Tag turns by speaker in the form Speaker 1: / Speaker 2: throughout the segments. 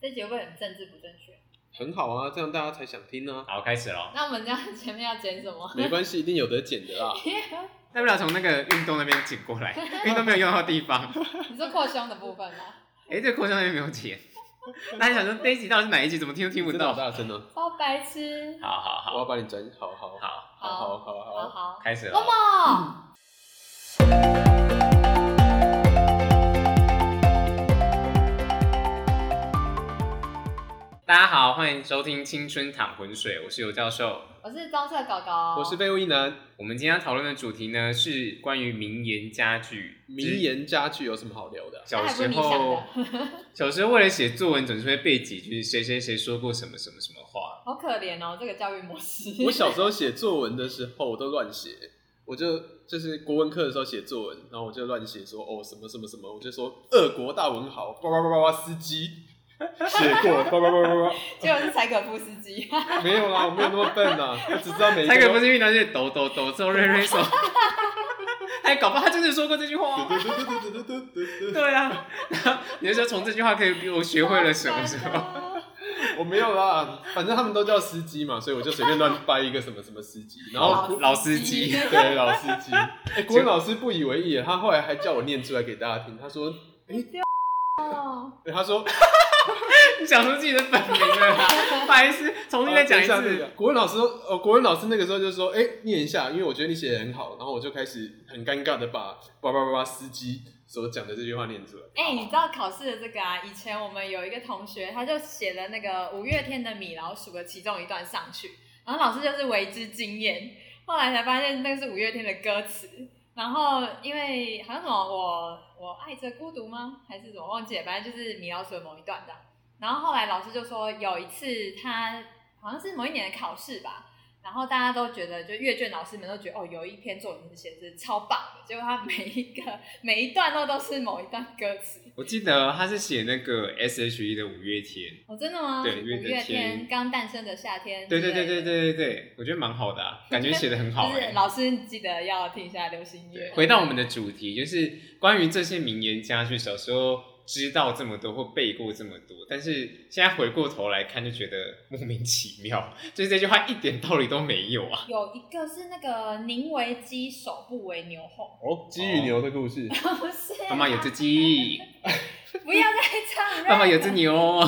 Speaker 1: 这节会不会很政治不正确？
Speaker 2: 很好啊，这样大家才想听 呢、啊。
Speaker 3: 好，开始喽。
Speaker 1: 那我们这样 前面要剪什么？
Speaker 2: 没关系，一定有得剪的啦。
Speaker 3: 要不要从那个运动那边剪过 来？运动没有用到地方。
Speaker 1: 你说扩胸的部分吗？
Speaker 3: 哎、这扩香那边没有剪。大家想说这一集到底是哪一集？怎么听都听不
Speaker 2: 真的
Speaker 3: 到。
Speaker 2: 好
Speaker 3: 好
Speaker 2: 大声哦、
Speaker 1: 好白痴。
Speaker 3: 好
Speaker 2: 我
Speaker 3: 好
Speaker 2: 要把你转，好好好
Speaker 3: 好，
Speaker 2: 好好
Speaker 1: 好
Speaker 2: 好，
Speaker 1: 好。
Speaker 3: 开始
Speaker 1: 默
Speaker 3: 喽。
Speaker 1: 默，
Speaker 3: 大家好，欢迎收听《青春淌浑水》，我是尤教授。
Speaker 1: 我是棕色狗狗。
Speaker 2: 我是废物一男。
Speaker 3: 我们今天要讨论的主题呢是关于名言佳句。
Speaker 2: 名言佳句有什么好聊的啊、
Speaker 3: 小时
Speaker 1: 那还
Speaker 3: 候
Speaker 1: 不是你想的，
Speaker 3: 小时候为了写作文，总是会背几句谁谁谁说过什么什么什么话。
Speaker 1: 好可怜哦，这个教育模式。
Speaker 2: 我 小时候写作文的时候，我都乱写，我就就是国文课的时候写作文，然后我就乱写说哦什么什么什么，我就说俄国大文豪叭叭叭叭叭司机写过叭叭叭叭
Speaker 1: 结果是柴可夫斯基。
Speaker 2: 叭，没有啦，我没有那么笨啦，我只知道每一个
Speaker 3: 他可
Speaker 2: 都
Speaker 3: 不是遇到这抖抖 抖之后瑞瑞手，哎，搞 不好他真的说过这句话哦、
Speaker 2: 嘟嘟嘟嘟嘟嘟嘟嘟
Speaker 3: 对啊，然后 你就说从这句话可以我学会了什么什 么。
Speaker 1: 么？
Speaker 2: 我没有啦，反正他们都叫司机嘛，所以我就随便乱掰一个什么什么司 机，然后
Speaker 3: 老老司机
Speaker 2: 对，老司 机。哎，国文老师不以为意，他后来还叫我念出来给大家听。他说，
Speaker 1: 哦，
Speaker 2: 他说，
Speaker 3: 你讲出自己的本名了啦，不好意思，重新再讲一
Speaker 2: 哦等下
Speaker 3: 次。。
Speaker 2: 国文老师，呃，国文老师那个时候就说，哎，念一下，因为我觉得你写的很好。然后我就开始很尴尬的把叭叭叭叭司机所讲的这句话念出来。
Speaker 1: 哎、你知道考试的这个啊？以前我们有一个同学，他就写了那个五月天的《米老鼠》的其中一段上去，然后老师就是为之惊艳，后来才发现那个是五月天的歌词。然后因为好像什么我我爱着孤独吗？还是什么忘记了？反正就是米老鼠的某一段这样。然后后来老师就说，有一次他好像是某一年的考试吧，然后大家都觉得，就阅卷老师们都觉得，哦，有一篇作文写的超棒的，结果他每一个每一段都都是某一段歌词。
Speaker 3: 我记得他是写那个 S.H.E 的五月天，
Speaker 1: 哦，真的吗？
Speaker 3: 对
Speaker 1: 五
Speaker 3: 五月
Speaker 1: 月
Speaker 3: 天
Speaker 1: 天刚诞生的夏天。
Speaker 3: 对对对对。对对对，我觉得蛮好的、啊，感觉写的很好、
Speaker 1: 就是
Speaker 3: 欸。
Speaker 1: 老师，你记得要听一下流行音
Speaker 3: 对
Speaker 1: 乐。，
Speaker 3: 回到我们的主题，就是关于这些名言佳句，小时候知道这么多或背过这么多，但是现在回过头来看，就觉得莫名其妙，就是这句话一点道理都没有啊。
Speaker 1: 有一个是那个宁为鸡首不为牛后，
Speaker 2: 哦，鸡与牛的故事。
Speaker 1: 不是、啊？
Speaker 3: 妈妈有只鸡，
Speaker 1: 不要再 唱。
Speaker 3: 爸爸有只。牛，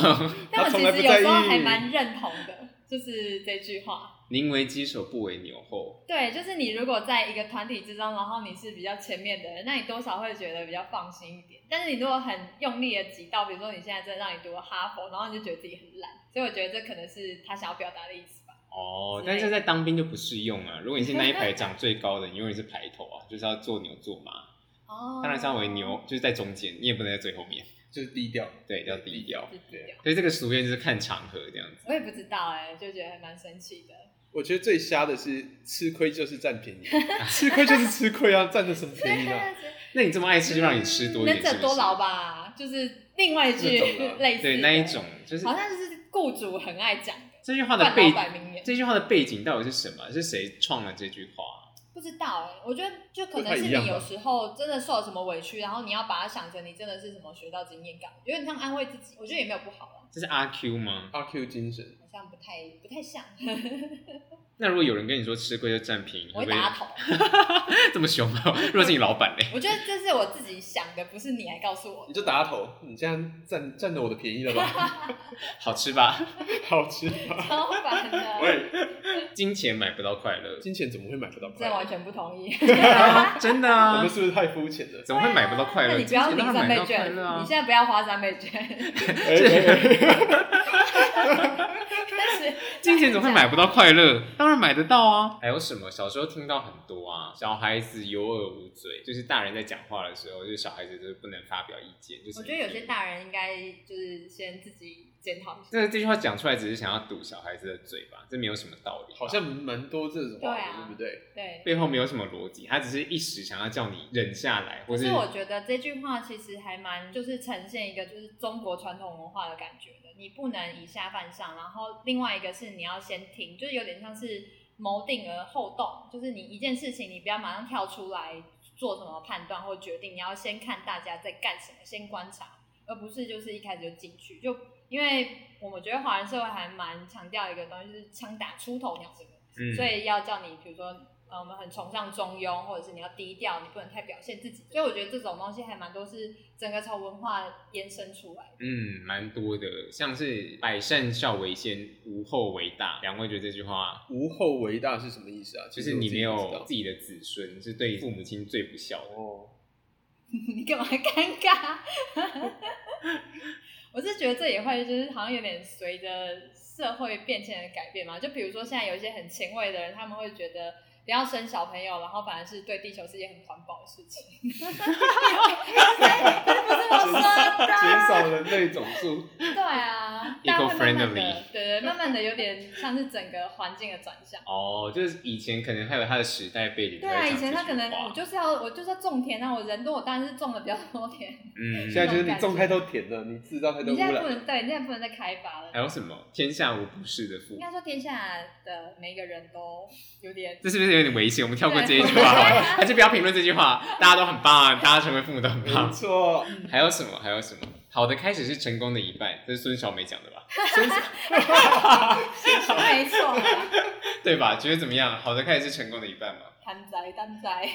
Speaker 1: 但我其
Speaker 2: 他从来不
Speaker 1: 实有
Speaker 2: 在意
Speaker 1: 时候还蛮认同的，就是这句话。
Speaker 3: 宁为鸡首不为牛后。
Speaker 1: 对，就是你如果在一个团体之中，然后你是比较前面的人，那你多少会觉得比较放心一点。但是你如果很用力的挤到，比如说你现在真的让你读哈佛，然后你就觉得自己很懒，所以我觉得这可能是他想要表达的意思吧。
Speaker 3: 哦，
Speaker 1: 之类
Speaker 3: 但
Speaker 1: 的
Speaker 3: 是在当兵就不适用啊。如果你是那一排长最高的，你永远是排头啊， 就是要做牛做马。
Speaker 1: 哦
Speaker 3: 当然是要为牛，就是在中间，你也不能在最后面。
Speaker 2: 就是低调，
Speaker 3: 对，要低调。
Speaker 1: 自己的
Speaker 3: 所以这个俗谚就是看场合这样子。
Speaker 1: 我也不知道哎、就觉得还蛮神奇的。
Speaker 2: 我觉得最瞎的是吃亏就是占 便宜，吃亏就是吃亏啊，占的什么便 宜 啊？
Speaker 3: 那你这么爱吃，就让你吃多一点，
Speaker 1: 能
Speaker 3: 是
Speaker 1: 者
Speaker 3: 不
Speaker 1: 多
Speaker 3: 是？
Speaker 1: 劳吧，就是另外一句
Speaker 2: 那种啊
Speaker 1: 类似的
Speaker 3: 对，那一，种就是
Speaker 1: 好像就是雇主很爱讲的，
Speaker 3: 这句话的
Speaker 1: 惯
Speaker 3: 背
Speaker 1: 老，板名言。
Speaker 3: 这句话的背景到底是什么？是谁创了这句话？
Speaker 1: 不知道哎、我觉得就可
Speaker 2: 不太
Speaker 1: 能是
Speaker 2: 一样吧
Speaker 1: 你有时候真的受了什么委屈，然后你要把它想成你真的是什么学到经验感，有点像安慰自己，我觉得也没有不好啊，
Speaker 3: 这是阿 Q 吗？
Speaker 2: 阿 Q 精神，
Speaker 1: 好像不太不太 像，
Speaker 3: 那如果有人跟你说吃亏就占便宜，你
Speaker 1: 我
Speaker 3: 会
Speaker 1: 会
Speaker 3: 不
Speaker 1: 打他
Speaker 3: 会
Speaker 1: 头。
Speaker 3: 这么凶吗？如果是你老板嘞？
Speaker 1: 我觉得这是我自己想的，不是你来告诉我
Speaker 2: 你
Speaker 1: 的。
Speaker 2: 就打他头，你这样占占了我的便宜 了吧？
Speaker 3: 好吃吧？
Speaker 2: 好吃吧？
Speaker 1: 超烦的，
Speaker 2: 喂，
Speaker 3: 金钱买不到快乐，
Speaker 2: 金钱怎么会买不到
Speaker 1: 真
Speaker 2: 快
Speaker 1: 的完
Speaker 2: 乐？
Speaker 1: 全不同 意。
Speaker 3: 真的
Speaker 2: 我
Speaker 3: 啊
Speaker 2: 们！是不是太肤浅了？
Speaker 3: 怎么会买不到快
Speaker 1: 那
Speaker 3: 乐？
Speaker 1: 你
Speaker 3: 金
Speaker 1: 不要
Speaker 3: 钱当
Speaker 1: 领
Speaker 3: 然
Speaker 1: 三
Speaker 3: 买
Speaker 1: 倍
Speaker 3: 到快
Speaker 1: 券，
Speaker 3: 乐啊
Speaker 1: 你！现在不要花三倍券，
Speaker 2: 哎哎哎
Speaker 1: 但是
Speaker 3: 金钱怎么会买不到快乐？当然买得到啊！还有什么？小时候听到很多啊，小孩子有耳无嘴，就是大人在讲话的时候，就是小孩子就是不能发表意见。就是
Speaker 1: 我觉得有些大人应该就是先自己检讨一下。
Speaker 3: 这这句话讲出来，只是想要堵小孩子的嘴巴，这没有什么道理吧，
Speaker 2: 好像蛮多这种话
Speaker 1: 对
Speaker 2: 的，
Speaker 1: 啊
Speaker 2: 对不对？
Speaker 1: 对，
Speaker 3: 背后没有什么逻辑，他只是一时想要叫你忍下来，或
Speaker 1: 可
Speaker 3: 是
Speaker 1: 是我觉得这句话其实还蛮，就是呈现一个就是中国传统文化的感觉的。你不能以下犯上，然后另外一个是你要先听，就是有点像是谋定而后动，就是你一件事情你不要马上跳出来做什么判断或决定，你要先看大家在干什么，先观察，而不是就是一开始就进去就。因为我们觉得华人社会还蛮强调一个东西，就是枪打出头鸟这个，
Speaker 3: 嗯，
Speaker 1: 所以要叫你，比如说，呃，我们很崇尚中庸，或者是你要低调，你不能太表现自己。所以我觉得这种东西还蛮多是整个从文化延伸出来的。
Speaker 3: 嗯，蛮多的，像是“百善孝为先，无后为大”。两位觉得这句话，
Speaker 2: 无后为大是什么意思啊？
Speaker 3: 就
Speaker 2: 其
Speaker 3: 是
Speaker 2: 实我
Speaker 3: 你
Speaker 2: 自
Speaker 3: 没
Speaker 2: 己不知
Speaker 3: 有
Speaker 2: 道
Speaker 3: 自己的子孙，是对父母亲最不孝的。
Speaker 2: 哦，
Speaker 1: 你干嘛尴尬？ 我是觉得这也会就是好像有点随着社会变迁的改变嘛。就比如说现在有一些很前卫的人，他们会觉得不要生小朋友，然后反而是对地球是一件很环保的事情。 哎这不是我说的， 啊
Speaker 2: 减少人类总数。
Speaker 1: 对啊，大家会慢慢
Speaker 3: Eco-friendly
Speaker 1: 的，对对，慢慢的有点像是整个环境的转向。
Speaker 3: 哦，就是以前可能还有他的时代背景。
Speaker 1: 对啊，以前他可能我就是要我就是要种田啊，我人多，我当然是种的比较多田。
Speaker 3: 嗯，
Speaker 2: 现在就是你种太多田了，你制造太多
Speaker 1: 你
Speaker 2: 污
Speaker 1: 现在不
Speaker 2: 染。
Speaker 1: 能对，你现在不能再开发了
Speaker 3: 还。有什么天下无不是的父
Speaker 1: 应
Speaker 3: 母？
Speaker 1: 该说天下的每一个人都有点，
Speaker 3: 这是不是有点危险？我们跳过这一句话好了，还是不要评论这句话？大家都很棒，啊大家成为父母都很
Speaker 2: 没
Speaker 3: 棒。
Speaker 2: 错，
Speaker 3: 还有什么？还有什么？好的开始是成功的一半，这是孙小美讲的吧？
Speaker 1: 没错，
Speaker 3: 对吧？觉得怎么样？好的开始是成功的一半嘛？
Speaker 1: 贪宅贪宅，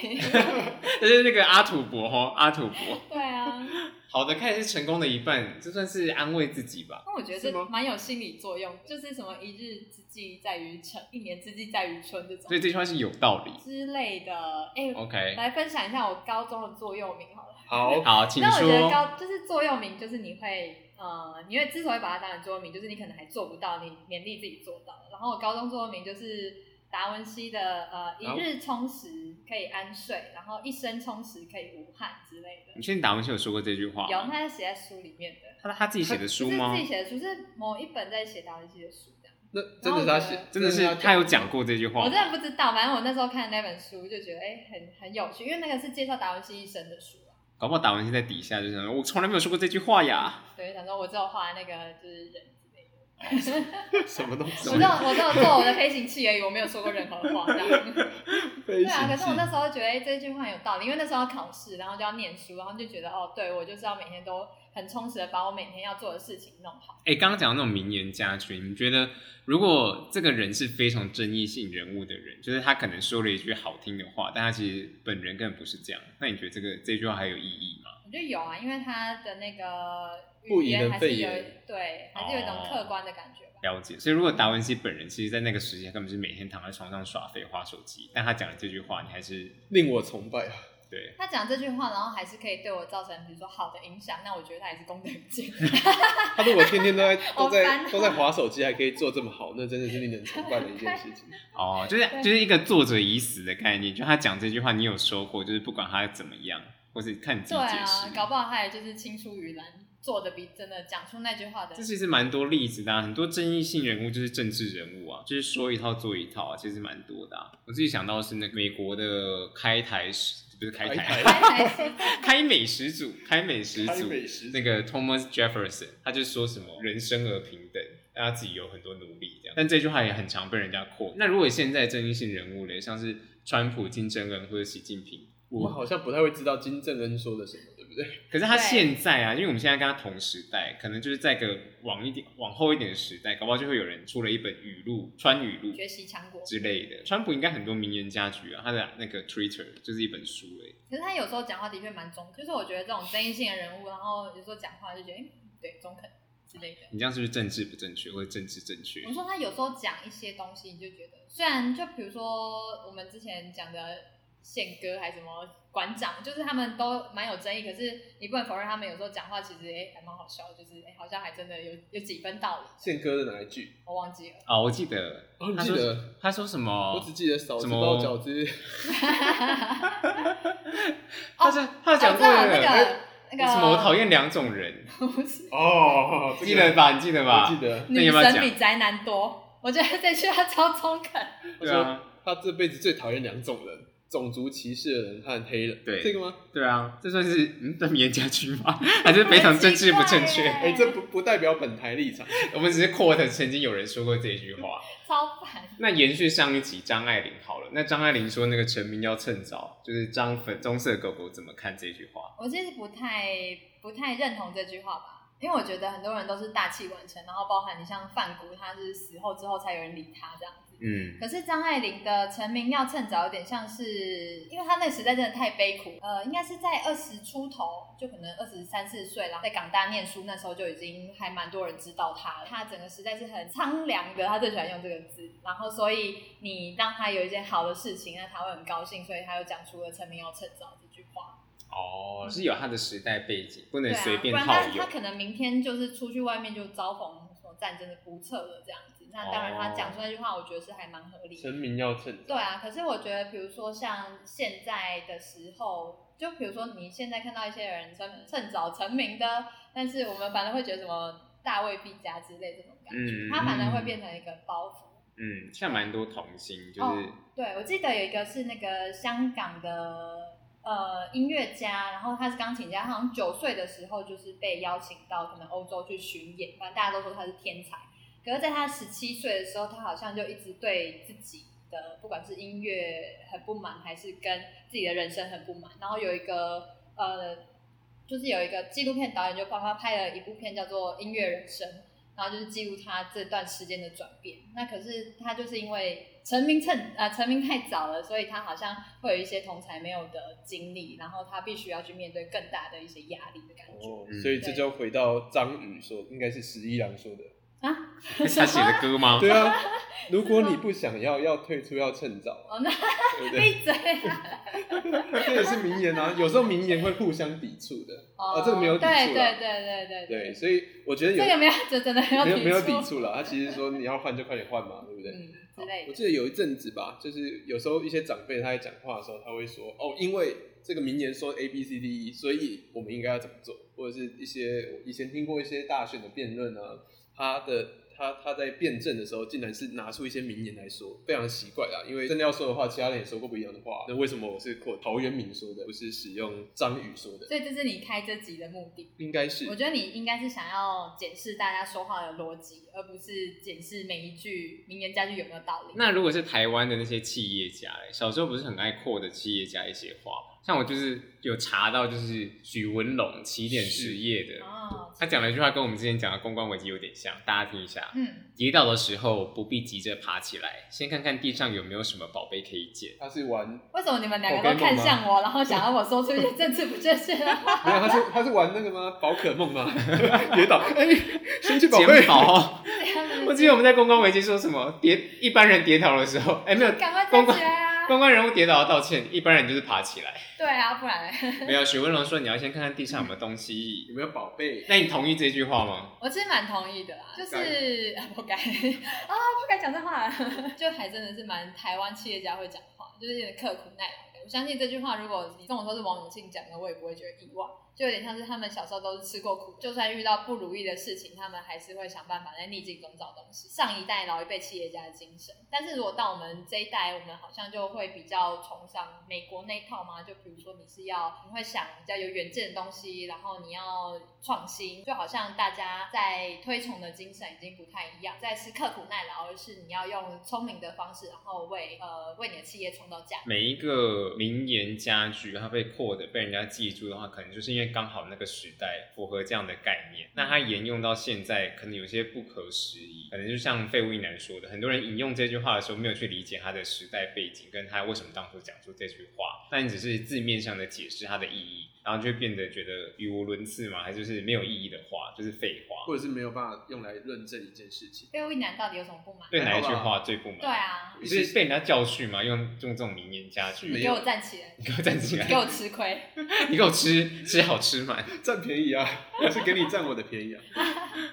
Speaker 3: 这是那个阿土伯哈，阿土伯。
Speaker 1: 对啊，
Speaker 3: 好的开始是成功的一半，这算是安慰自己吧。
Speaker 1: 那我觉得
Speaker 3: 是
Speaker 1: 这
Speaker 3: 吗
Speaker 1: 蛮有心理作用，就是什么一日之计在于晨，一年之计在于春这种
Speaker 3: 所以这句话是有道理。
Speaker 1: 之类的。哎、
Speaker 3: OK，
Speaker 1: 来分享一下我高中的座右铭好了。
Speaker 2: 好，
Speaker 3: 好，请
Speaker 1: 那我觉得
Speaker 3: 说。
Speaker 1: 高就是座右铭，就是你会呃，你会之所以把它当成座右铭，就是你可能还做不到，你勉励自己做到了。然后我高中座右铭就是达文西的呃，一日充实可以安睡，然后一生充实可以无憾之类的
Speaker 3: 你。确定达文西有说过这句话
Speaker 1: 有，
Speaker 3: 吗？
Speaker 1: 他是写在书里面的，
Speaker 3: 他他自己写的
Speaker 1: 不
Speaker 3: 书
Speaker 1: 是
Speaker 3: 吗
Speaker 1: 自己？写的书，是某一本在写达文西的书这样。
Speaker 2: 那真的是他写，
Speaker 3: 真的
Speaker 2: 他
Speaker 3: 是他有讲过这句话
Speaker 1: 我
Speaker 3: 吗
Speaker 1: 真。的不知道，反正我那时候看那本书就觉得哎、很很有趣，因为那个是介绍达文西一生的书啊。
Speaker 3: 搞不好达文西在底下就想说，我从来没有说过这句话呀。
Speaker 1: 对，想说我只有画那个就是人之类的。
Speaker 2: 什么东西
Speaker 1: 我只有我只有做我的飞行器而已，我没有说过任何话。这样
Speaker 2: 飞
Speaker 1: 对啊，可是我
Speaker 2: 行器
Speaker 1: 那时候觉得、哎这句话很有道理，因为那时候要考试，然后就要念书，然后就觉得哦，对我就是要每天都很充实的把我每天要做的事情弄好。
Speaker 3: 哎，刚刚讲的那种名言佳句，你们觉得如果这个人是非常争议性人物的人，就是他可能说了一句好听的话，但他其实本人根本不是这样，那你觉得这个这句话还有意义吗？
Speaker 1: 我觉得有啊，因为他的那个
Speaker 2: 不
Speaker 1: 语
Speaker 2: 以
Speaker 1: 言
Speaker 2: 人
Speaker 1: 还
Speaker 2: 废
Speaker 1: 是有
Speaker 2: 言哦
Speaker 1: 对，还是有一种客观的感觉吧。
Speaker 3: 了解，所以如果达文西本人其实，在那个时期，他根本是每天躺在床上耍废、划手机，但他讲了这句话，你还是
Speaker 2: 令我崇拜啊！
Speaker 3: 对，
Speaker 1: 他讲这句话，然后还是可以对我造成比如说好的影响，那我觉得他也是功德 金。
Speaker 2: 他如果天天都在都
Speaker 1: 好烦
Speaker 2: 在
Speaker 1: 哦
Speaker 2: 都在划手机，还可以做这么好，那真的是令人崇拜的一件事情。
Speaker 3: 哦，就是
Speaker 1: 对
Speaker 3: 就是一个作者已死的概念，就他讲这句话，你有收获，就是不管他怎么样，或是看你自
Speaker 1: 对
Speaker 3: 己解
Speaker 1: 啊，
Speaker 3: 释。
Speaker 1: 搞不好他也就是青出于蓝，做的比真的讲出那句话的
Speaker 3: 这其实蛮多例子的啊、很多争议性人物就是政治人物啊，就是说一套做一套啊，其实蛮多的啊、我自己想到的是那个美国的开台始，不是开台，啊
Speaker 2: 开台
Speaker 1: 开台
Speaker 3: 开美食组，开美食
Speaker 2: 开
Speaker 3: 组，
Speaker 2: 美食
Speaker 3: 那个 Thomas Jefferson，他就说什么人生而平等，大家自己有很多努力这样。但这句话也很常被人家扩。那如果现在争议性人物嘞，像是川普、金正恩或者习近平，
Speaker 2: 我们好像不太会知道金正恩说的什么，对不对？
Speaker 3: 可是他
Speaker 1: 对
Speaker 3: 现在啊，因为我们现在跟他同时代，可能就是在个往一点往后一点的时代，搞不好就会有人出了一本语录、川语录
Speaker 1: 学习强国。
Speaker 3: 之类的。川普应该很多名言佳句啊，他的那个 Twitter 就是一本书诶。
Speaker 1: 可是他有时候讲话的确蛮中，就是我觉得这种争议性的人物，然后有时候讲话就觉得，哎、对，中肯之类的。
Speaker 3: 你这样是不是政治不正确，或者政治正确？
Speaker 1: 我说他有时候讲一些东西，你就觉得，虽然就比如说我们之前讲的宪哥还什么馆长，就是他们都蛮有争议，可是你不能否认他们有时候讲话其实哎、还蛮好笑的，就是哎、好像还真的有有几分道理，
Speaker 2: 宪哥的哪一句？
Speaker 1: 我忘记了。
Speaker 3: 哦，我记得，
Speaker 2: 哦你
Speaker 3: 他
Speaker 2: 记
Speaker 3: 说
Speaker 2: 得
Speaker 3: 他说什么？
Speaker 2: 我只记得嫂子
Speaker 3: 什么
Speaker 2: 包饺子，
Speaker 3: 他是他
Speaker 1: 哦
Speaker 3: 讲
Speaker 1: 我知
Speaker 3: 过
Speaker 1: 道
Speaker 3: 了
Speaker 1: 那个那个
Speaker 3: 哎什么？我讨厌两 种人，
Speaker 1: 不是
Speaker 2: 哦
Speaker 3: 记得吧？你记得
Speaker 2: 我
Speaker 3: 吧？
Speaker 2: 记得。
Speaker 3: 那你
Speaker 1: 女
Speaker 3: 要不要
Speaker 1: 神
Speaker 3: 讲
Speaker 1: 比宅男多，我觉得这句话超中肯。
Speaker 2: 他
Speaker 3: 对
Speaker 2: 说
Speaker 3: 啊，
Speaker 2: 他这辈子最讨厌两种人：种族歧视的人和黑人。
Speaker 3: 对
Speaker 2: 这个吗？
Speaker 3: 对啊，这算是嗯，这严家区吗？ 还是非常政治不正
Speaker 1: 很奇怪
Speaker 3: 确？
Speaker 1: 耶
Speaker 2: 哎，这不不代表本台立场。
Speaker 3: 我们只是 quote 曾经有人说过这句话。
Speaker 1: 超烦。
Speaker 3: 那延续上一集张爱玲好了，那张爱玲说那个成名要趁早，就是张粉棕色狗狗怎么看这句话？
Speaker 1: 我其实不太不太认同这句话吧，因为我觉得很多人都是大器晚成，然后包含你像范谷，他是死后之后才有人理他这样子。
Speaker 3: 嗯，
Speaker 1: 可是张爱玲的成名要趁早，有点像是，因为她那个时代真的太悲苦，呃，应该是在二十出头，就可能二十三四岁，然后在港大念书，那时候就已经还蛮多人知道她了。她整个时代是很苍凉的，她最喜欢用这个字。然后，所以你让她有一件好的事情，那她会很高兴，所以她又讲出了“成名要趁早”这句话。
Speaker 3: 哦，是有它的时代背景，不
Speaker 1: 对
Speaker 3: 能
Speaker 1: 啊，
Speaker 3: 随便
Speaker 1: 不
Speaker 3: 套
Speaker 1: 然
Speaker 3: 用
Speaker 1: 她她。可能明天就是出去外面就遭逢什么战争的不测了这样子。那当然，她
Speaker 3: 哦
Speaker 1: 讲出那句话，我觉得是还蛮合理的。
Speaker 2: 成名要趁早。
Speaker 1: 对啊，可是我觉得，比如说像现在的时候，就比如说你现在看到一些人趁趁早成名的，但是我们反而会觉得什么大未必佳之类这种感觉，
Speaker 3: 嗯
Speaker 1: 它反而会变成一个包袱。
Speaker 3: 嗯，像蛮多童星，就是、
Speaker 1: 哦对，我记得有一个是那个香港的呃音乐家，然后他是钢琴家，他好像九岁的时候就是被邀请到可能欧洲去巡演，反正大家都说他是天才。可是，在他十七岁的时候，他好像就一直对自己的不管是音乐很不满，还是跟自己的人生很不满。然后有一个呃，就是有一个纪录片导演就帮他拍了一部片，叫做《音乐人生》。然后就是记录他这段时间的转变。那可是他就是因为成名趁呃成名太早了，所以他好像会有一些同才没有的经历，然后他必须要去面对更大的一些压力的感觉。
Speaker 2: 哦
Speaker 3: 嗯，
Speaker 2: 所以这就回到张宇说，应该是十一郎说的。
Speaker 1: 啊，
Speaker 3: 是 他写的歌吗？
Speaker 2: 对 啊，如果你不想要，要退出要趁早，
Speaker 1: 哦，那
Speaker 2: 对 不对？
Speaker 1: 闭嘴啊！
Speaker 2: 这也是名言啊，有时候名言会互相抵触的。
Speaker 1: 哦，
Speaker 2: 这个没有抵触啦
Speaker 1: 对对对对对
Speaker 2: 对，所以我觉得有
Speaker 1: 这个没有，这真的没有
Speaker 2: 没有没有
Speaker 1: 抵
Speaker 2: 抵
Speaker 1: 触，
Speaker 2: 触了。他其实说你要换就快点换嘛，对不对？
Speaker 1: 嗯
Speaker 2: 好
Speaker 1: 之类
Speaker 2: 我
Speaker 1: 的。
Speaker 2: 记得有一阵子吧，就是有时候一些长辈他在讲话的时候，他会说哦，因为这个名言说 A B C D E，所以我们应该要怎么做，或者是一些我以前听过一些大选的辩论啊，他的他他在辩证的时候，竟然是拿出一些名言来说，非常奇怪啦。因为真的要说的话，其他人也说过不一样的话，那为什么我是括陶渊明说的，不是使用张宇说的？
Speaker 1: 所以这是你开这集的目的。
Speaker 2: 应该是
Speaker 1: 我觉得你应该是想要检视大家说话的逻辑，而不是检视每一句名言佳句有没有道理。
Speaker 3: 那如果是台湾的那些企业家嘞，小时候不是很爱扩的企业家一些话吗，像我就是有查到，就是许文龙起点实业的，
Speaker 1: 哦，
Speaker 3: 他讲了一句话跟我们之前讲的公关危机有点像，大家听一下：啊
Speaker 1: 嗯。
Speaker 3: 跌倒的时候不必急着爬起来，先看看地上有没有什么宝贝可以捡。
Speaker 2: 他是玩
Speaker 1: 为什么你们两个都看向我，然后想要我说出一些政治不正确的 话？
Speaker 2: 没有，他是他是玩那个吗？宝可梦 吗？跌倒，哎、神奇宝贝
Speaker 3: 捡，宝。我记
Speaker 1: 我
Speaker 3: 得我们在公关危机说什么跌，一般人跌倒的时候，哎、没有，
Speaker 1: 赶快站起来啊！
Speaker 3: 公关人物跌倒要道歉，一般人就是爬 起来。
Speaker 1: 对啊，不然嘞
Speaker 3: 没有，许文龙说你要先看看地上有没有东西。
Speaker 2: 有没有宝贝？
Speaker 3: 那你同意这句话吗？
Speaker 1: 我其实蛮同意的啦，就是啊不该啊不该讲这话， 就还真的是蛮台湾企业家会讲话，就是有点刻苦耐劳的。我相信这句话，如果你跟我说是王永庆讲的，我也不会觉得意外，就有点像是他们小时候都是吃过苦，就算遇到不如意的事情，他们还是会想办法在逆境中找东西。上一代老一辈企业家的精神，但是如果到我们这一代，我们好像就会比较崇尚美国那一套嘛，就比如说你是要你会想比较有远见的东西，然后你要创新，就好像大家在推崇的精神已经不太一样，再是刻苦耐劳，而是你要用聪明的方式，然后为呃为你的企业创造价值。
Speaker 3: 每一个名言佳句，它被扩的被人家记住的话，可能就是因为刚好那个时代符合这样的概念。那它沿用到现在，可能有些不合时宜，可能就像废物一男说的，很多人引用这句话的时候，没有去理解它的时代背景，跟他为什么当初讲出这句话。但你只是字面上的解释它的意义，然后就会变得觉得语无伦次嘛，还就是没有意义的话，就是废话。
Speaker 2: 或者是没有办法用来论证一件事情。
Speaker 1: 对为难到底有什么不满？
Speaker 3: 对哪一句
Speaker 2: 还好
Speaker 3: 话最不满？
Speaker 1: 对啊，
Speaker 3: 你是被人家教训吗？用用这种名言佳句？
Speaker 2: 没
Speaker 1: 给
Speaker 2: 有
Speaker 1: 我站起 来，
Speaker 3: 你给我站起来！
Speaker 1: 给我吃亏。
Speaker 3: 你给我吃吃好吃满。
Speaker 2: 占便宜 啊，我是给你占我的便宜啊。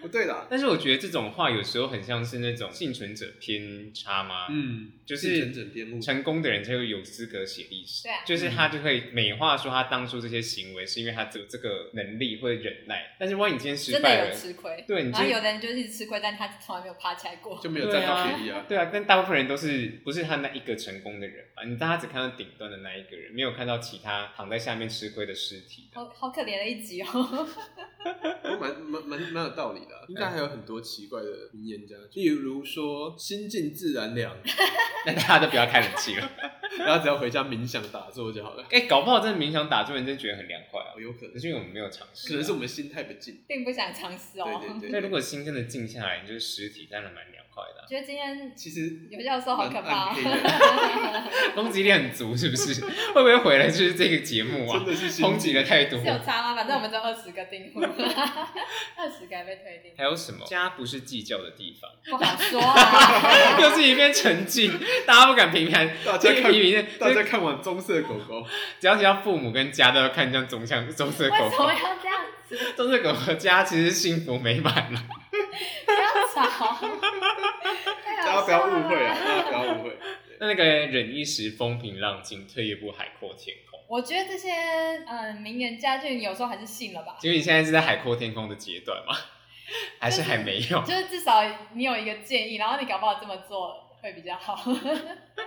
Speaker 2: 不对啦，
Speaker 3: 但是我觉得这种话有时候很像是那种幸存者偏差嘛，
Speaker 2: 嗯，
Speaker 3: 就
Speaker 2: 整
Speaker 3: 是
Speaker 2: 整边路，
Speaker 3: 成功的人才会有资格写历史，
Speaker 1: 对啊
Speaker 3: 就是
Speaker 2: 嗯
Speaker 3: 他就会美化说他当初这些行为是因为他有这个能力或者忍耐，但是万一你今天失
Speaker 1: 真
Speaker 3: 败
Speaker 1: 的有
Speaker 3: 了，
Speaker 1: 吃亏。
Speaker 3: 对你
Speaker 1: 然后
Speaker 3: 今
Speaker 1: 有
Speaker 3: 天。
Speaker 1: 的人就是一直吃亏，但他从来没有爬起来过。
Speaker 2: 就没有占到便宜啊。
Speaker 3: 对啊，但大部分人都是不是他那一个成功的人吧？你大家只看到顶端的那一个人，没有看到其他躺在下面吃亏的尸体。
Speaker 1: 好好可怜的一集哦。
Speaker 2: 都蛮蛮蛮蛮有道理的啊、应该还有很多奇怪的名言家，例如说“心静自然 凉
Speaker 3: 那大家都不要开冷气了。”，
Speaker 2: 然后只要回家冥想打坐就好了。
Speaker 3: 哎、搞不好真的冥想打坐，你真的觉得很凉快啊
Speaker 2: 哦，。有可能
Speaker 3: 可，是因为我们没有尝试啊、
Speaker 2: 可能是我们心态不静。
Speaker 1: 并不想尝试哦。
Speaker 2: 对对对
Speaker 3: 那如果心真的静下来，你就是实体，当然蛮凉快的啊、
Speaker 1: 觉得今天
Speaker 2: 其实
Speaker 1: 有教授好可怕、
Speaker 2: 蛮暗
Speaker 1: 哦
Speaker 2: 黑。的
Speaker 3: 啊攻击力很足，是不是？ 会不会回来就是这个节目
Speaker 2: 真
Speaker 3: 啊？
Speaker 2: 的是心
Speaker 3: 抨击的太多
Speaker 1: 是。有差吗？反正我们只有二十个订户，二十个还被推定，
Speaker 3: 还有什么？家不是计较的地方，
Speaker 1: 不好说 啊。
Speaker 3: 又是一片沉静，大家不敢评判。
Speaker 2: 大家看
Speaker 3: 因为因为
Speaker 2: 大家看完棕色狗狗，
Speaker 3: 只要提到父母跟家，都要看像棕像棕色狗
Speaker 1: 为什
Speaker 3: 狗
Speaker 1: 么。要这样子？
Speaker 3: 棕色狗狗家其实幸福美满了。
Speaker 1: 不要吵，
Speaker 2: 大
Speaker 1: 大
Speaker 2: 家不要误会啊，大家不要误会。
Speaker 3: 那那个忍一时风平浪静，退一步海阔天空。
Speaker 1: 我觉得这些嗯名言佳句，你有时候还是信了吧。
Speaker 3: 请问你现在是在海阔天空的阶段吗？还是还没 有？
Speaker 1: 就是至少你有一个建议，然后你搞不好这么做会比较好。
Speaker 3: 啊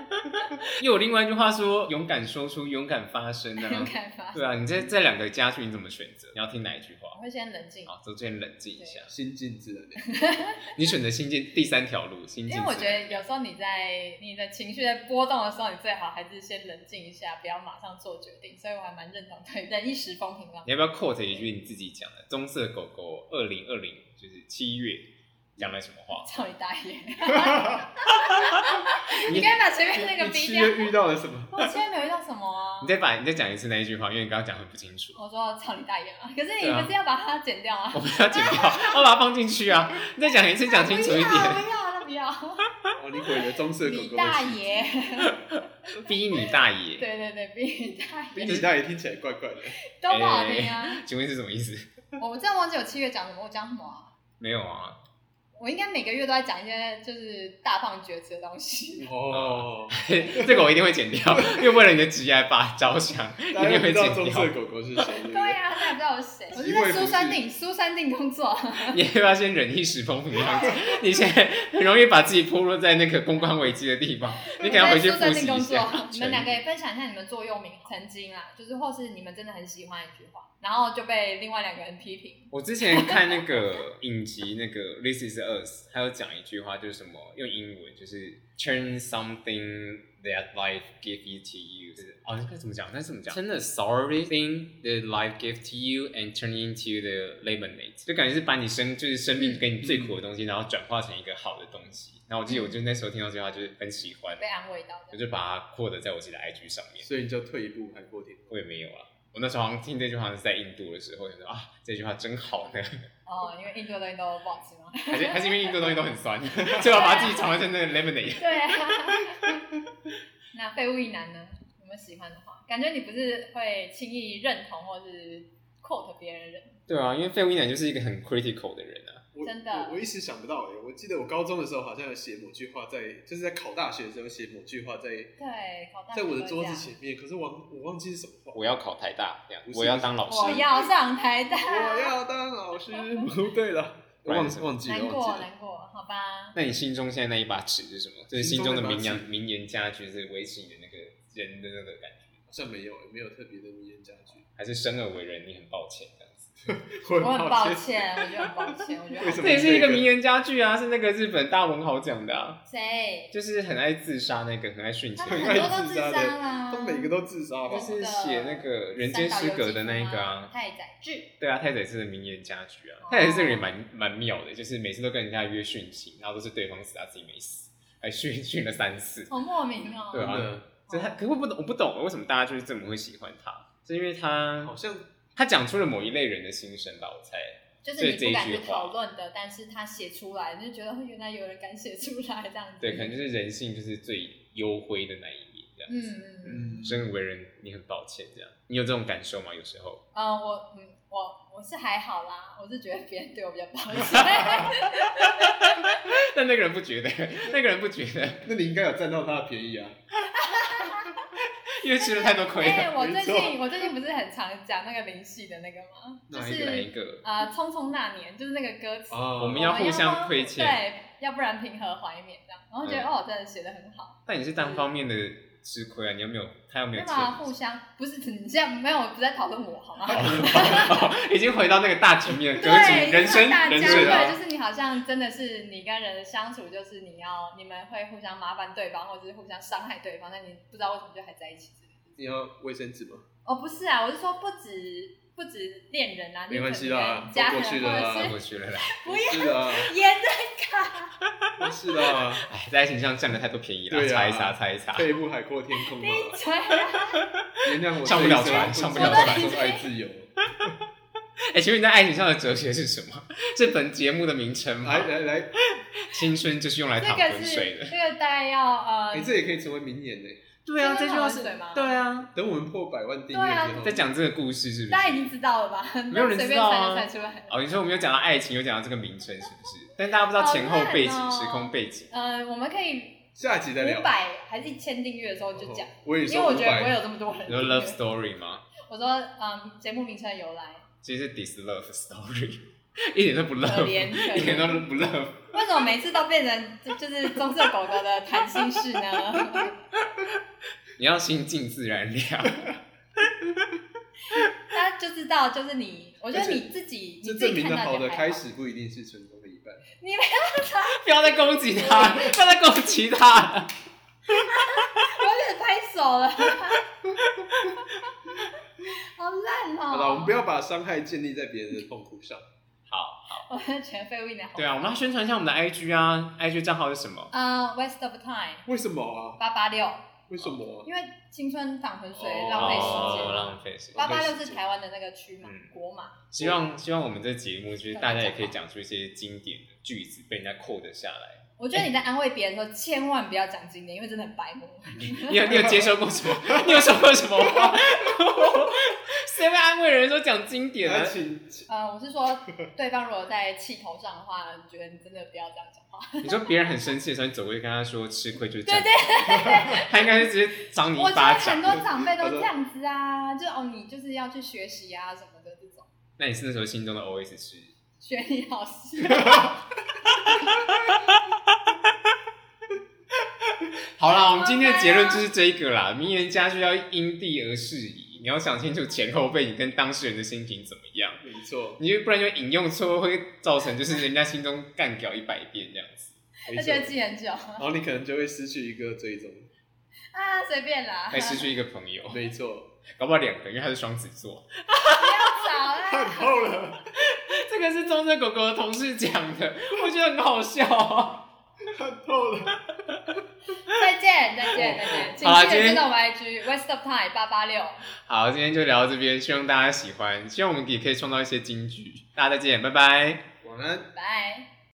Speaker 3: 又有另外一句话说：勇敢说出，勇敢发声
Speaker 1: 很
Speaker 3: 啊。
Speaker 1: 敢发，
Speaker 3: 对啊，你这这两个家具你怎么选择？你要听哪一句
Speaker 1: 我
Speaker 3: 话？
Speaker 1: 会先冷静，
Speaker 3: 好，周先冷静一下。
Speaker 2: 心静自然凉。
Speaker 3: 你选择心境第三条路，心境
Speaker 1: 因为
Speaker 3: 自然。
Speaker 1: 我觉得有时候你在你的情绪在波动的时候，你最好还是先冷静一下，不要马上做决定。所以我还蛮认同对忍一时风平浪。
Speaker 3: 你要不要 quote 一句你自己讲的？棕色狗狗二零二零就是七月讲了什么话？
Speaker 1: 操你大 爷！
Speaker 3: 你
Speaker 1: 你刚才把前面那个
Speaker 2: 你
Speaker 1: 逼
Speaker 2: 七
Speaker 1: 掉。
Speaker 2: 月遇到了什么？
Speaker 1: 我现在没有遇到什么啊
Speaker 3: 你。再把你再讲一次那一句话，因为你刚刚讲很不清楚。
Speaker 1: 我说操你大爷嘛！可是你
Speaker 3: 对啊
Speaker 1: 不是要把它剪掉吗？
Speaker 3: 我不要剪掉，我把它放进去啊！你再讲一次，讲清楚一
Speaker 1: 不要，
Speaker 3: 点。
Speaker 1: 不要，那不 要。
Speaker 2: 哦，你毁了棕色狗
Speaker 1: 你
Speaker 2: 狗的
Speaker 1: 大
Speaker 2: 心。
Speaker 1: 爷！
Speaker 3: 逼你大爷！
Speaker 1: 对对对，比你大
Speaker 2: 比
Speaker 1: 爷
Speaker 2: 你大爷听起来怪怪的。
Speaker 1: 都不
Speaker 3: 哎
Speaker 1: 好听啊！
Speaker 3: 请问是什么意思？
Speaker 1: 我真的忘记我七月讲什么，我讲什么啊？
Speaker 3: 没有啊，
Speaker 1: 我应该每个月都在讲一些就是大放厥词的东 西。
Speaker 2: 哦，
Speaker 3: 这个我一定会剪掉，因为为了你的职业吧着想，一
Speaker 2: 大家
Speaker 3: 定
Speaker 2: 不
Speaker 3: 会
Speaker 2: 知道棕
Speaker 3: 剪
Speaker 2: 色
Speaker 3: 掉。
Speaker 2: 狗狗是谁？对不
Speaker 1: 对
Speaker 2: 对？
Speaker 1: 呀、啊，大家不知道我是谁？我是
Speaker 2: 即位
Speaker 1: 在
Speaker 2: 不
Speaker 1: 苏
Speaker 2: 是
Speaker 1: 珊定，苏珊定工 作。
Speaker 3: 你要不要先忍一时风平浪静？你现在很容易把自己铺落在那个公关危机的地方，你可能要回去
Speaker 1: 我在
Speaker 3: 复
Speaker 1: 苏珊定
Speaker 3: 习
Speaker 1: 工
Speaker 3: 一
Speaker 1: 作
Speaker 3: 下。。
Speaker 1: 你们两个也分享一下你们座右铭，曾经啊，就是或是你们真的很喜欢一句话，然后就被另外两个人批评。
Speaker 3: 我之前看那 个影集，那个《This Is Us》，他有讲一句话，就是什么用英文就是 “turn something that life gave you to you”，就是哦，那该怎么讲？该怎么讲？真的 “sorry thing that life gave to you and turn into the lemonade”，就感觉嗯是把你生就是生命给你最苦的东西，然后转化成一个好的东西。然后我记得我就那时候听到这句话，就是很喜欢，
Speaker 1: 被安慰到
Speaker 3: 我
Speaker 1: 的，
Speaker 3: 就把它扩的在我自己的 IG 上面。
Speaker 2: 所以你就退一步海阔天空。
Speaker 3: 我也没有啊，我那时候好像听这句话是在印度的时候，就说啊，这句话真好呢。
Speaker 1: 哦，因为印度的东西都不好吃 吗？
Speaker 3: 还 是还是因为印度东西都很酸， 所以我把自己炒换成那个 lemonade。
Speaker 1: 对啊。 那废物一男呢？有没有喜欢的话？感觉你不是会轻易认同或是 quote 别人的人，
Speaker 3: 对啊，因为费威南就是一个很 critical 的人啊。
Speaker 2: 我
Speaker 1: 真的
Speaker 2: 我我一时想不到哎、我记得我高中的时候好像有写某句话在，就是在考大学的时候写某句话在
Speaker 1: 对，考大
Speaker 2: 在
Speaker 1: 学
Speaker 2: 我
Speaker 1: 都
Speaker 2: 的
Speaker 1: 会
Speaker 2: 桌
Speaker 1: 这
Speaker 2: 子
Speaker 1: 样
Speaker 2: 前面，可是我忘我忘记是什么话。
Speaker 3: 我要考台大，这样
Speaker 2: 不是
Speaker 3: 我要当老师。
Speaker 1: 我要上台大，
Speaker 2: 我要当 老师。不对了，
Speaker 3: 不
Speaker 2: 我
Speaker 3: 然
Speaker 2: 忘
Speaker 3: 是什么
Speaker 2: 忘记了，
Speaker 1: 难过
Speaker 2: 忘记了。
Speaker 1: 难过，好吧。
Speaker 3: 那你心中现在那一把尺是什么？就是心
Speaker 2: 心
Speaker 3: 中
Speaker 2: 中
Speaker 3: 的
Speaker 2: 那把
Speaker 3: 名言
Speaker 2: 尺
Speaker 3: 名言佳句，是维持你的那个人的那个感觉，
Speaker 2: 好像没有、没有特别的名言佳句。
Speaker 3: 还是生而为人，你很抱歉这样子。
Speaker 2: 我
Speaker 1: 我很抱
Speaker 2: 歉。
Speaker 1: 歉，我觉得很抱歉，我觉得
Speaker 2: 为
Speaker 1: 好
Speaker 2: 什
Speaker 3: 这
Speaker 2: 么
Speaker 3: 也是一个
Speaker 2: 这个
Speaker 3: 名言佳句啊，是那个日本大文豪讲的啊，
Speaker 1: 谁？
Speaker 3: 就是很爱自杀那个，很爱殉
Speaker 1: 他
Speaker 3: 情
Speaker 1: 们
Speaker 3: 的，
Speaker 1: 很 多都自杀啦，
Speaker 2: 他每个都自杀吧
Speaker 3: 就？是写那个《人间失格》的那一个啊。
Speaker 1: 太宰治，
Speaker 3: 对啊，太宰治的名言佳句啊
Speaker 1: 哦，
Speaker 3: 太宰治这个人蛮蛮妙的，就是每次都跟人家约殉情，然后都是对方死，他自己没死，还殉殉了三次。
Speaker 1: 好莫名哦。
Speaker 3: 对
Speaker 2: 真
Speaker 3: 啊
Speaker 2: 的，
Speaker 3: 所以他可是我不懂，我不懂为什么大家就是这么会喜欢他，是因为他
Speaker 2: 好像
Speaker 3: 他讲出了某一类人的心声吧，我猜。
Speaker 1: 就是你不敢去讨论的，但是他写出来，你就觉得 原来有人敢写出来这样子。
Speaker 2: 嗯
Speaker 3: 对，可能就是人性就是最幽灰的那一面这样
Speaker 1: 嗯
Speaker 3: 子。
Speaker 1: 嗯嗯，
Speaker 2: 嗯，
Speaker 3: 生而为人，你很抱歉这样，你有这种感受吗？有时候
Speaker 1: 呃，我嗯我我是还好啦，我是觉得别人对我比较抱 歉。
Speaker 3: 但那个人不觉得，那个人不觉得，
Speaker 2: 那你应该有占到他的便宜啊。
Speaker 3: 因为吃了太多亏
Speaker 1: 哎，
Speaker 3: 了。
Speaker 1: 我最
Speaker 2: 没
Speaker 1: 近我最近不是很常讲那个灵系的那个吗？就
Speaker 2: 哪一
Speaker 3: 哪
Speaker 1: 是
Speaker 3: 一个？
Speaker 1: 啊，《匆匆那年》就是那个歌词，
Speaker 2: 啊，
Speaker 3: 哦我们要互相亏欠
Speaker 1: 对，要不然平和怀缅这样。然后觉得、
Speaker 3: 嗯
Speaker 1: 哦，真的写的很好，
Speaker 3: 但你是单方面的吃亏啊，你有没有？他有没有
Speaker 1: 那
Speaker 3: 欠
Speaker 1: 么
Speaker 3: 你？
Speaker 1: 互相不是你现在没有不在讨论我好吗？
Speaker 3: 已经回到那个大局面格
Speaker 1: 对，
Speaker 3: 局，人生
Speaker 1: 大家
Speaker 3: 人生
Speaker 1: 对，
Speaker 3: 啊，
Speaker 1: 就是你好像真的是你跟人的相处，就是你要你们会互相麻烦对方，或者是互相伤害对方，但你不知道为什么就还在一起之类的。
Speaker 2: 你要卫生纸吗？
Speaker 1: 哦，不是啊，我是说不止不止恋人啊，
Speaker 2: 没关系啦
Speaker 1: 你可能家
Speaker 2: 都
Speaker 1: 人
Speaker 2: 过去了
Speaker 1: 或者
Speaker 2: 啦
Speaker 3: 翻
Speaker 1: 是
Speaker 3: 过去了啦。
Speaker 1: 不要
Speaker 2: 是啊，
Speaker 1: 沿着看，
Speaker 2: 不是啊，
Speaker 3: 哎，在爱情上占了太多便宜了，
Speaker 2: 对啊
Speaker 3: 擦一擦，擦一擦。
Speaker 2: 退一步海阔天 空嘛。
Speaker 1: 闭嘴啊！
Speaker 2: 原谅我
Speaker 3: 上不了
Speaker 2: 这一生不
Speaker 3: 船上不
Speaker 1: 了船
Speaker 2: 钟爱自由。
Speaker 3: 哎，请问你在爱情上的哲学是什么？ 是本节目的名称吗
Speaker 1: 哎
Speaker 2: 来？来来，
Speaker 3: 青春就是用来
Speaker 1: 这
Speaker 3: 淌
Speaker 1: 个
Speaker 3: 浑
Speaker 1: 是
Speaker 3: 水的。
Speaker 1: 这个大概要呃
Speaker 2: 你，这也可以成为名言呢。
Speaker 3: 对
Speaker 1: 啊这句话是这个是淌浑水吗对
Speaker 3: 啊，
Speaker 2: 等我们破百万订
Speaker 1: 对
Speaker 2: 阅
Speaker 1: 啊
Speaker 2: 之后
Speaker 3: 在，讲这个故事是不
Speaker 1: 大家已
Speaker 3: 是？
Speaker 1: 经知道了吧？
Speaker 3: 没有人
Speaker 1: 随
Speaker 3: 知
Speaker 1: 便
Speaker 3: 道
Speaker 1: 猜
Speaker 3: 啊
Speaker 1: 就猜出来了。
Speaker 3: 哦，你说我们有讲到爱情，有讲到这个名称是不是？但大家不知道前后背景、
Speaker 1: 好烂哦
Speaker 3: 时空背景。
Speaker 1: 呃，我们可以
Speaker 2: 下集再聊
Speaker 1: 五。百还是一千订阅的时候就讲，
Speaker 2: 哦我也
Speaker 1: 因为
Speaker 2: 说
Speaker 1: 我
Speaker 2: 五
Speaker 1: 觉得不会
Speaker 2: 百，
Speaker 1: 有这么多人
Speaker 3: 你
Speaker 1: 订阅。
Speaker 3: 说 love story 吗？
Speaker 1: 我说嗯，节目名称的由 来，
Speaker 3: 其实是 dis love story，一 点都不
Speaker 1: 可
Speaker 3: love，
Speaker 1: 怜可
Speaker 3: 一点
Speaker 1: 怜。
Speaker 3: 都不 love。
Speaker 1: 为什么每次都变成就就是棕色狗狗的谈心事 呢？
Speaker 3: 你要心静自然凉，
Speaker 1: 大家就知道，就是你，我觉得你自己，你
Speaker 2: 这
Speaker 1: 自己
Speaker 2: 证明
Speaker 1: 看
Speaker 2: 了
Speaker 1: 到
Speaker 2: 好
Speaker 1: 就
Speaker 2: 的
Speaker 1: 还
Speaker 2: 开。始不一定是成功的一半。
Speaker 1: 哦
Speaker 3: 不要再攻击他，不要再攻击他了。
Speaker 1: 我有点拍手了，好烂哦、
Speaker 2: 好了，我们不要把伤害建立在别人的痛苦上。
Speaker 3: 好，
Speaker 1: 我觉得全废物一点好。
Speaker 3: 对啊，我们要宣传一下我们的 IG 啊，IG 账号是什么？
Speaker 1: 嗯、w e s t of Time
Speaker 2: 为什么啊？
Speaker 1: 八八六，
Speaker 2: 为什么啊？
Speaker 1: 因为青春淌浑水，
Speaker 2: 哦
Speaker 1: 浪费时
Speaker 3: 哦
Speaker 1: 间嘛。
Speaker 3: 浪费时
Speaker 1: 八
Speaker 3: 间。
Speaker 1: 八六是台湾的那个区嘛，
Speaker 3: 嗯
Speaker 1: 国码。
Speaker 3: 希望希望我们这节目就是大家也可以讲出一些经典的句子，被人家扣得下来。
Speaker 1: 我觉得你在安慰别人的时候，千万不要讲经典，因为真的很白目。
Speaker 3: 你有你有接受过什么？ 你有说过什么话？ 谁会安慰人说讲经典啊呢
Speaker 2: 来，？请
Speaker 1: 呃，我是说，对方如果在气头上的话，我觉得你真的不要这样讲话。
Speaker 3: 你说别人很生气的时候，你走过去跟他说吃亏就是这
Speaker 1: 对
Speaker 3: 样， 他应该是直接赏你
Speaker 1: 我
Speaker 3: 一
Speaker 1: 觉
Speaker 3: 巴
Speaker 1: 得很
Speaker 3: 掌。
Speaker 1: 多长辈都这样子啊，就哦，你就是要去学习啊什么的这种。
Speaker 3: 那你是那时候心中的 OS 是？
Speaker 1: 学你老师，
Speaker 3: 好啦，我们今天的结论就是这一个 啦。名言佳句要因地而适宜，你要想清楚前后背景跟当事人的心情怎么样，
Speaker 2: 没错，
Speaker 3: 你就不然就引用错会造成就是人家心中干掉一百遍这样子。
Speaker 2: 没
Speaker 1: 他觉得
Speaker 2: 错。
Speaker 1: 记很久
Speaker 2: 然后你可能就会失去一个追踪，
Speaker 1: 啊，随便啦，
Speaker 3: 还失去一个朋友，
Speaker 2: 没错，
Speaker 3: 搞不好两个，因为他是双子座。
Speaker 1: 少
Speaker 2: 看
Speaker 1: 啦。
Speaker 2: 透了，
Speaker 3: 这个是棕色狗狗的同事讲的，我觉得很好笑、 啊。
Speaker 2: 看透了。
Speaker 1: 再见，再见，再见，请
Speaker 3: 好啦
Speaker 1: 记
Speaker 3: 今
Speaker 1: 得跟
Speaker 3: 天
Speaker 1: 到我们 IG West of Time 八八六，
Speaker 3: 好，今天就聊到这边，希望大家喜欢，希望我们也可以创造一些金句。大家再见，拜拜。
Speaker 2: 晚安。
Speaker 1: 拜。